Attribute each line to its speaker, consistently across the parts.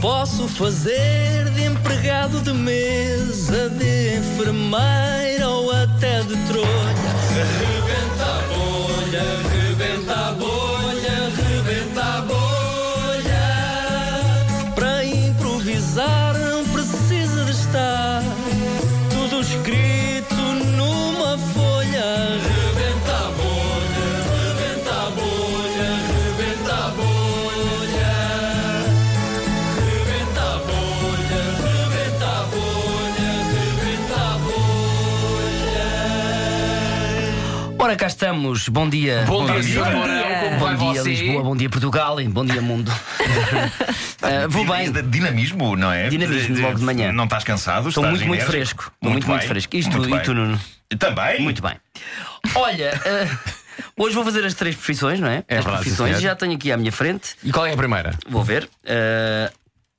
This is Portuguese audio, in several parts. Speaker 1: Posso fazer de empregado de mesa, de enfermeira ou até de trolha. Rebenta a bolha, rebenta a bolha, rebenta a bolha. Para improvisar não precisa de estar tudo escrito numa folha. Rebenta a bolha, rebenta a bolha, rebenta a bolha. Rebenta a bolha, rebenta a bolha, rebenta a bolha.
Speaker 2: Ora, cá estamos. Bom dia.
Speaker 3: Bom dia, Sr.
Speaker 4: dia.
Speaker 3: Mourão. Como vai
Speaker 2: Bom dia,
Speaker 3: você?
Speaker 2: Lisboa. Bom dia, Portugal. e Bom dia, mundo. Ah, vou bem.
Speaker 4: Di- Dinamismo, não é?
Speaker 2: Dinamismo,
Speaker 4: De- de-
Speaker 2: logo de manhã.
Speaker 4: Não estás cansado?
Speaker 2: Estou
Speaker 4: Estás
Speaker 2: muito, muito
Speaker 4: enérgico?
Speaker 2: fresco. Estou muito, muito
Speaker 4: bem.
Speaker 2: fresco. Isto
Speaker 4: Muito
Speaker 2: e
Speaker 4: bem.
Speaker 2: tu, Nuno?
Speaker 4: Também?
Speaker 2: Muito bem. Olha, ah, hoje vou fazer as três profissões, não é?
Speaker 3: É
Speaker 2: as
Speaker 3: verdade,
Speaker 2: profissões.
Speaker 3: sim, senhor.
Speaker 2: Já tenho aqui à minha frente.
Speaker 3: E qual é a primeira?
Speaker 2: Vou ver. Ah,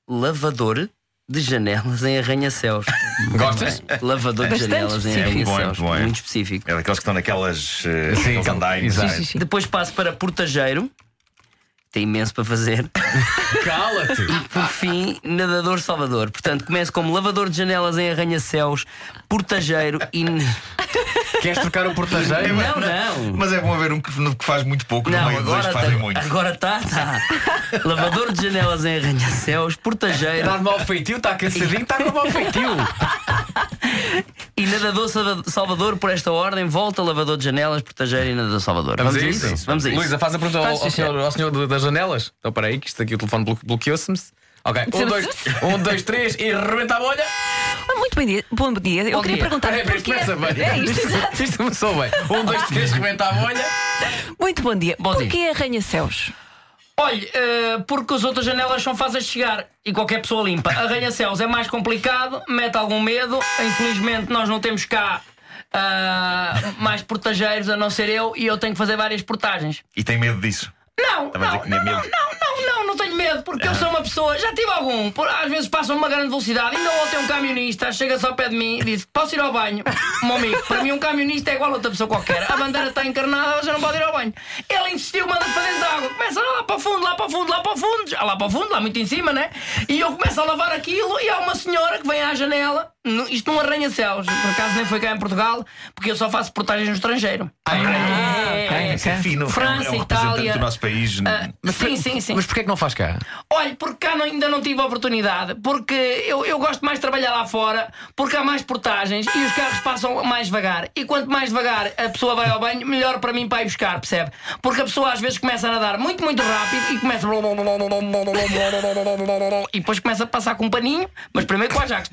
Speaker 2: lavador de janelas em arranha-céus.
Speaker 3: Gostas?
Speaker 2: Lavador de
Speaker 4: Bastante
Speaker 2: janelas em
Speaker 4: específico. Bom,
Speaker 2: arranha-céus.
Speaker 4: bom.
Speaker 2: Muito específico.
Speaker 4: É daqueles que estão naquelas. eh,
Speaker 3: Sim,
Speaker 4: aqueles andaimes.
Speaker 3: exato.
Speaker 4: não é?
Speaker 3: Sim,
Speaker 2: Depois passo para portageiro. Tem imenso para fazer.
Speaker 3: Cala-te!
Speaker 2: Por fim, nadador salvador. Portanto, começo como lavador de janelas em arranha-céus, portageiro e. n-
Speaker 3: Queres trocar o portageiro?
Speaker 2: Não, não.
Speaker 4: Mas é bom haver um que, que faz muito pouco no
Speaker 2: Não,
Speaker 4: meio de dois
Speaker 2: agora
Speaker 4: que fazem muito.
Speaker 2: tá, agora tá, tá. Lavador de janelas em arranha-céus, portageiro um.
Speaker 3: Está de mau feitio, está cansadinho, está com mau feitio.
Speaker 2: e nadador salva- salvador. Por esta ordem, volta lavador de janelas, portageiro e nadador salvador.
Speaker 3: a
Speaker 2: Vamos a isso.
Speaker 3: Luísa, faz a pergunta ao,
Speaker 5: Faz,
Speaker 3: ao
Speaker 5: sim,
Speaker 3: senhor, ao senhor da- das janelas. Então, peraí, que isto aqui o telefone blo- bloqueou-se-me. Ok, um, dois, um, dois, três e rebenta a bolha.
Speaker 5: Ah, Muito bem dia. Bom dia. Eu
Speaker 2: Bom
Speaker 5: queria
Speaker 2: dia.
Speaker 5: perguntar
Speaker 3: É, isto
Speaker 5: porquê.
Speaker 3: começa bem.
Speaker 5: Tá É isto, exato.
Speaker 3: isto, isto começou bem. Um, dois, três, rebenta a bolha.
Speaker 5: Muito bom dia.
Speaker 2: Bom dia.
Speaker 5: porquê arranha-céus?
Speaker 2: Olha, eh, porque as outras janelas são fáceis de chegar e qualquer pessoa limpa. Arranha-céus é mais complicado, mete algum medo. Infelizmente, nós não temos cá ah, mais portageiros a não ser eu e eu tenho que fazer várias portagens.
Speaker 4: E tem medo disso.
Speaker 2: Não,
Speaker 4: Estava a dizer
Speaker 2: não,
Speaker 4: que
Speaker 2: não,
Speaker 4: tinha
Speaker 2: não, não,
Speaker 4: medo.
Speaker 2: não, não, não tenho medo, porque eu sou uma pessoa, já tive algum, por- às vezes passam uma grande velocidade, ainda ontem um camionista chega-se ao pé de mim e diz, posso ir ao banho? Meu amigo, para mim um camionista é igual a outra pessoa qualquer, a bandeira está encarnada, você não pode ir ao banho. Ele insistiu, manda para dentro da água, começa lá para o fundo, lá para o fundo, lá para o fundo, já lá para o fundo, lá muito em cima, né? E eu começo a lavar aquilo e há uma senhora que vem à janela, no- isto não arranha-céus, por acaso nem foi cá em Portugal, porque eu só faço portagens no estrangeiro. É, é, é.
Speaker 4: Isso é fino. é um-
Speaker 2: França,
Speaker 4: é um representante
Speaker 2: Itália.
Speaker 4: do nosso país. é?
Speaker 2: Ah, sim, sim, sim.
Speaker 3: Mas porquê é que não faz cá?
Speaker 2: Olha, porque cá não- ainda não tive a oportunidade, porque eu, eu gosto mais de trabalhar lá fora, porque há mais portagens e os carros passam mais devagar. E quanto mais devagar a pessoa vai ao banho, melhor para mim para ir buscar, percebe? Porque a pessoa às vezes começa a nadar muito, muito rápido e começa. E depois começa a passar com um paninho, mas primeiro com o Ajax.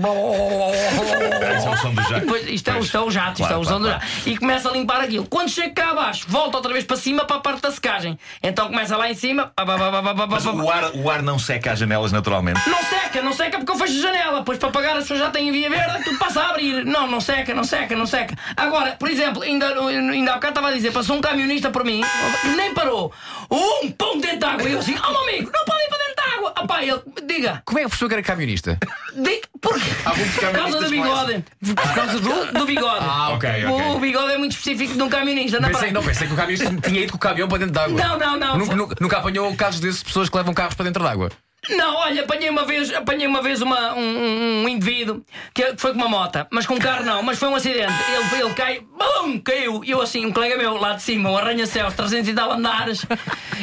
Speaker 4: Isso é o som do Jacques.
Speaker 2: Pois, isto, é, o-
Speaker 4: Pois.
Speaker 2: isto é o jato, isto
Speaker 4: Claro,
Speaker 2: é o som
Speaker 4: claro,
Speaker 2: do
Speaker 4: claro.
Speaker 2: jato. E começa a limpar aquilo. Quando chega cá abaixo, volta outra vez para cima para a parte da secagem. Então começa lá em cima. pá, pá, pá, pá, pá, pá,
Speaker 4: Mas
Speaker 2: pá, pá.
Speaker 4: o ar, o ar não seca as janelas naturalmente.
Speaker 2: Não seca, não seca porque eu fecho a janela. Pois para pagar as pessoas já têm a via verde, tu passa a abrir. Não, não seca, não seca, não seca. Agora, por exemplo, ainda, ainda há bocado estava a dizer, passou um camionista por mim, nem parou. Um pão dentro de água. E eu assim, oh meu amigo, não pode ir para dentro de água. Ah pá, ele, diga,
Speaker 3: Como é que a pessoa que era camionista?
Speaker 2: diga, porquê?
Speaker 4: muitos
Speaker 2: Por causa do
Speaker 4: camionistas com
Speaker 2: bigode. Por causa do? Do bigode.
Speaker 3: Ah, ok,
Speaker 4: ok.
Speaker 2: O bigode é muito específico de um camionista, não
Speaker 3: Pensei,
Speaker 2: é?
Speaker 3: não, pensei que o camionista tinha ido com o caminhão para dentro de água.
Speaker 2: Não, não, não.
Speaker 3: Nunca, nunca, nunca apanhou casos desses de pessoas que levam carros para dentro de água.
Speaker 2: Não, olha, apanhei uma vez, apanhei uma vez uma- um, um- um indivíduo que foi com uma mota, mas com um carro não, mas foi um acidente. Ele, ele cai, balum, caiu. E eu assim, um colega meu lá de cima, um arranha-céus, 300 e tal andares.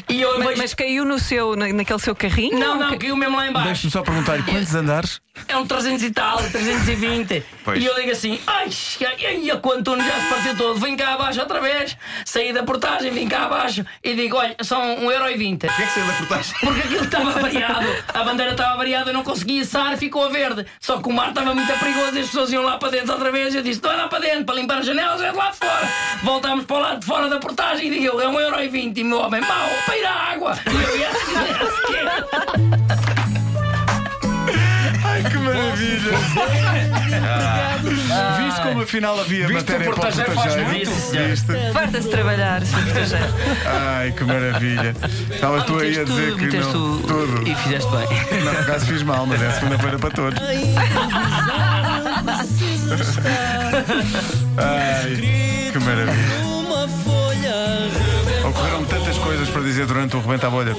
Speaker 2: E eu
Speaker 5: Mas,
Speaker 2: vejo-
Speaker 5: mas caiu no seu, na- naquele seu carrinho?
Speaker 2: Não, não,
Speaker 5: Ca-
Speaker 2: caiu mesmo lá embaixo.
Speaker 6: Deixe-me só perguntar quantos andares?
Speaker 2: É um 300 e tal, 320.
Speaker 4: Pois.
Speaker 2: E eu digo assim, ai, ai, a quanto já se partiu todo. Vim cá abaixo outra vez, saí da portagem, vim cá abaixo e digo, olha, são 1,20€.
Speaker 4: Porquê é que saiu da portagem?
Speaker 2: Porque aquilo estava variado, a bandeira estava variada, eu não conseguia içar, ficou a verde. Só que o mar estava muito perigoso, e as pessoas iam lá para dentro outra vez. Eu disse: não é lá para dentro, para limpar as janelas, é de lá de fora. Voltámos para o lado de fora da portagem e digo: eu, é um euro e vinte, e meu homem, mau, para ir à água. E eu ia é?"
Speaker 6: Ai que maravilha! Ah. Viste como afinal havia
Speaker 3: Viste
Speaker 6: matéria
Speaker 3: o
Speaker 6: para o
Speaker 3: portageiro faz
Speaker 6: portageiro?
Speaker 3: muito?
Speaker 6: Viste?
Speaker 5: Farta-se de trabalhar, Sr. Portageiro.
Speaker 6: Ai que maravilha! Estavas tu aí a dizer que não. Tudo.
Speaker 2: E fizeste bem.
Speaker 6: Não, por acaso fiz mal, mas é segunda-feira para todos. Ai, que maravilha! Ocorreram tantas coisas para dizer durante o rebento à bolha.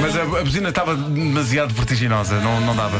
Speaker 6: Mas a, a buzina estava demasiado vertiginosa, não, não dava.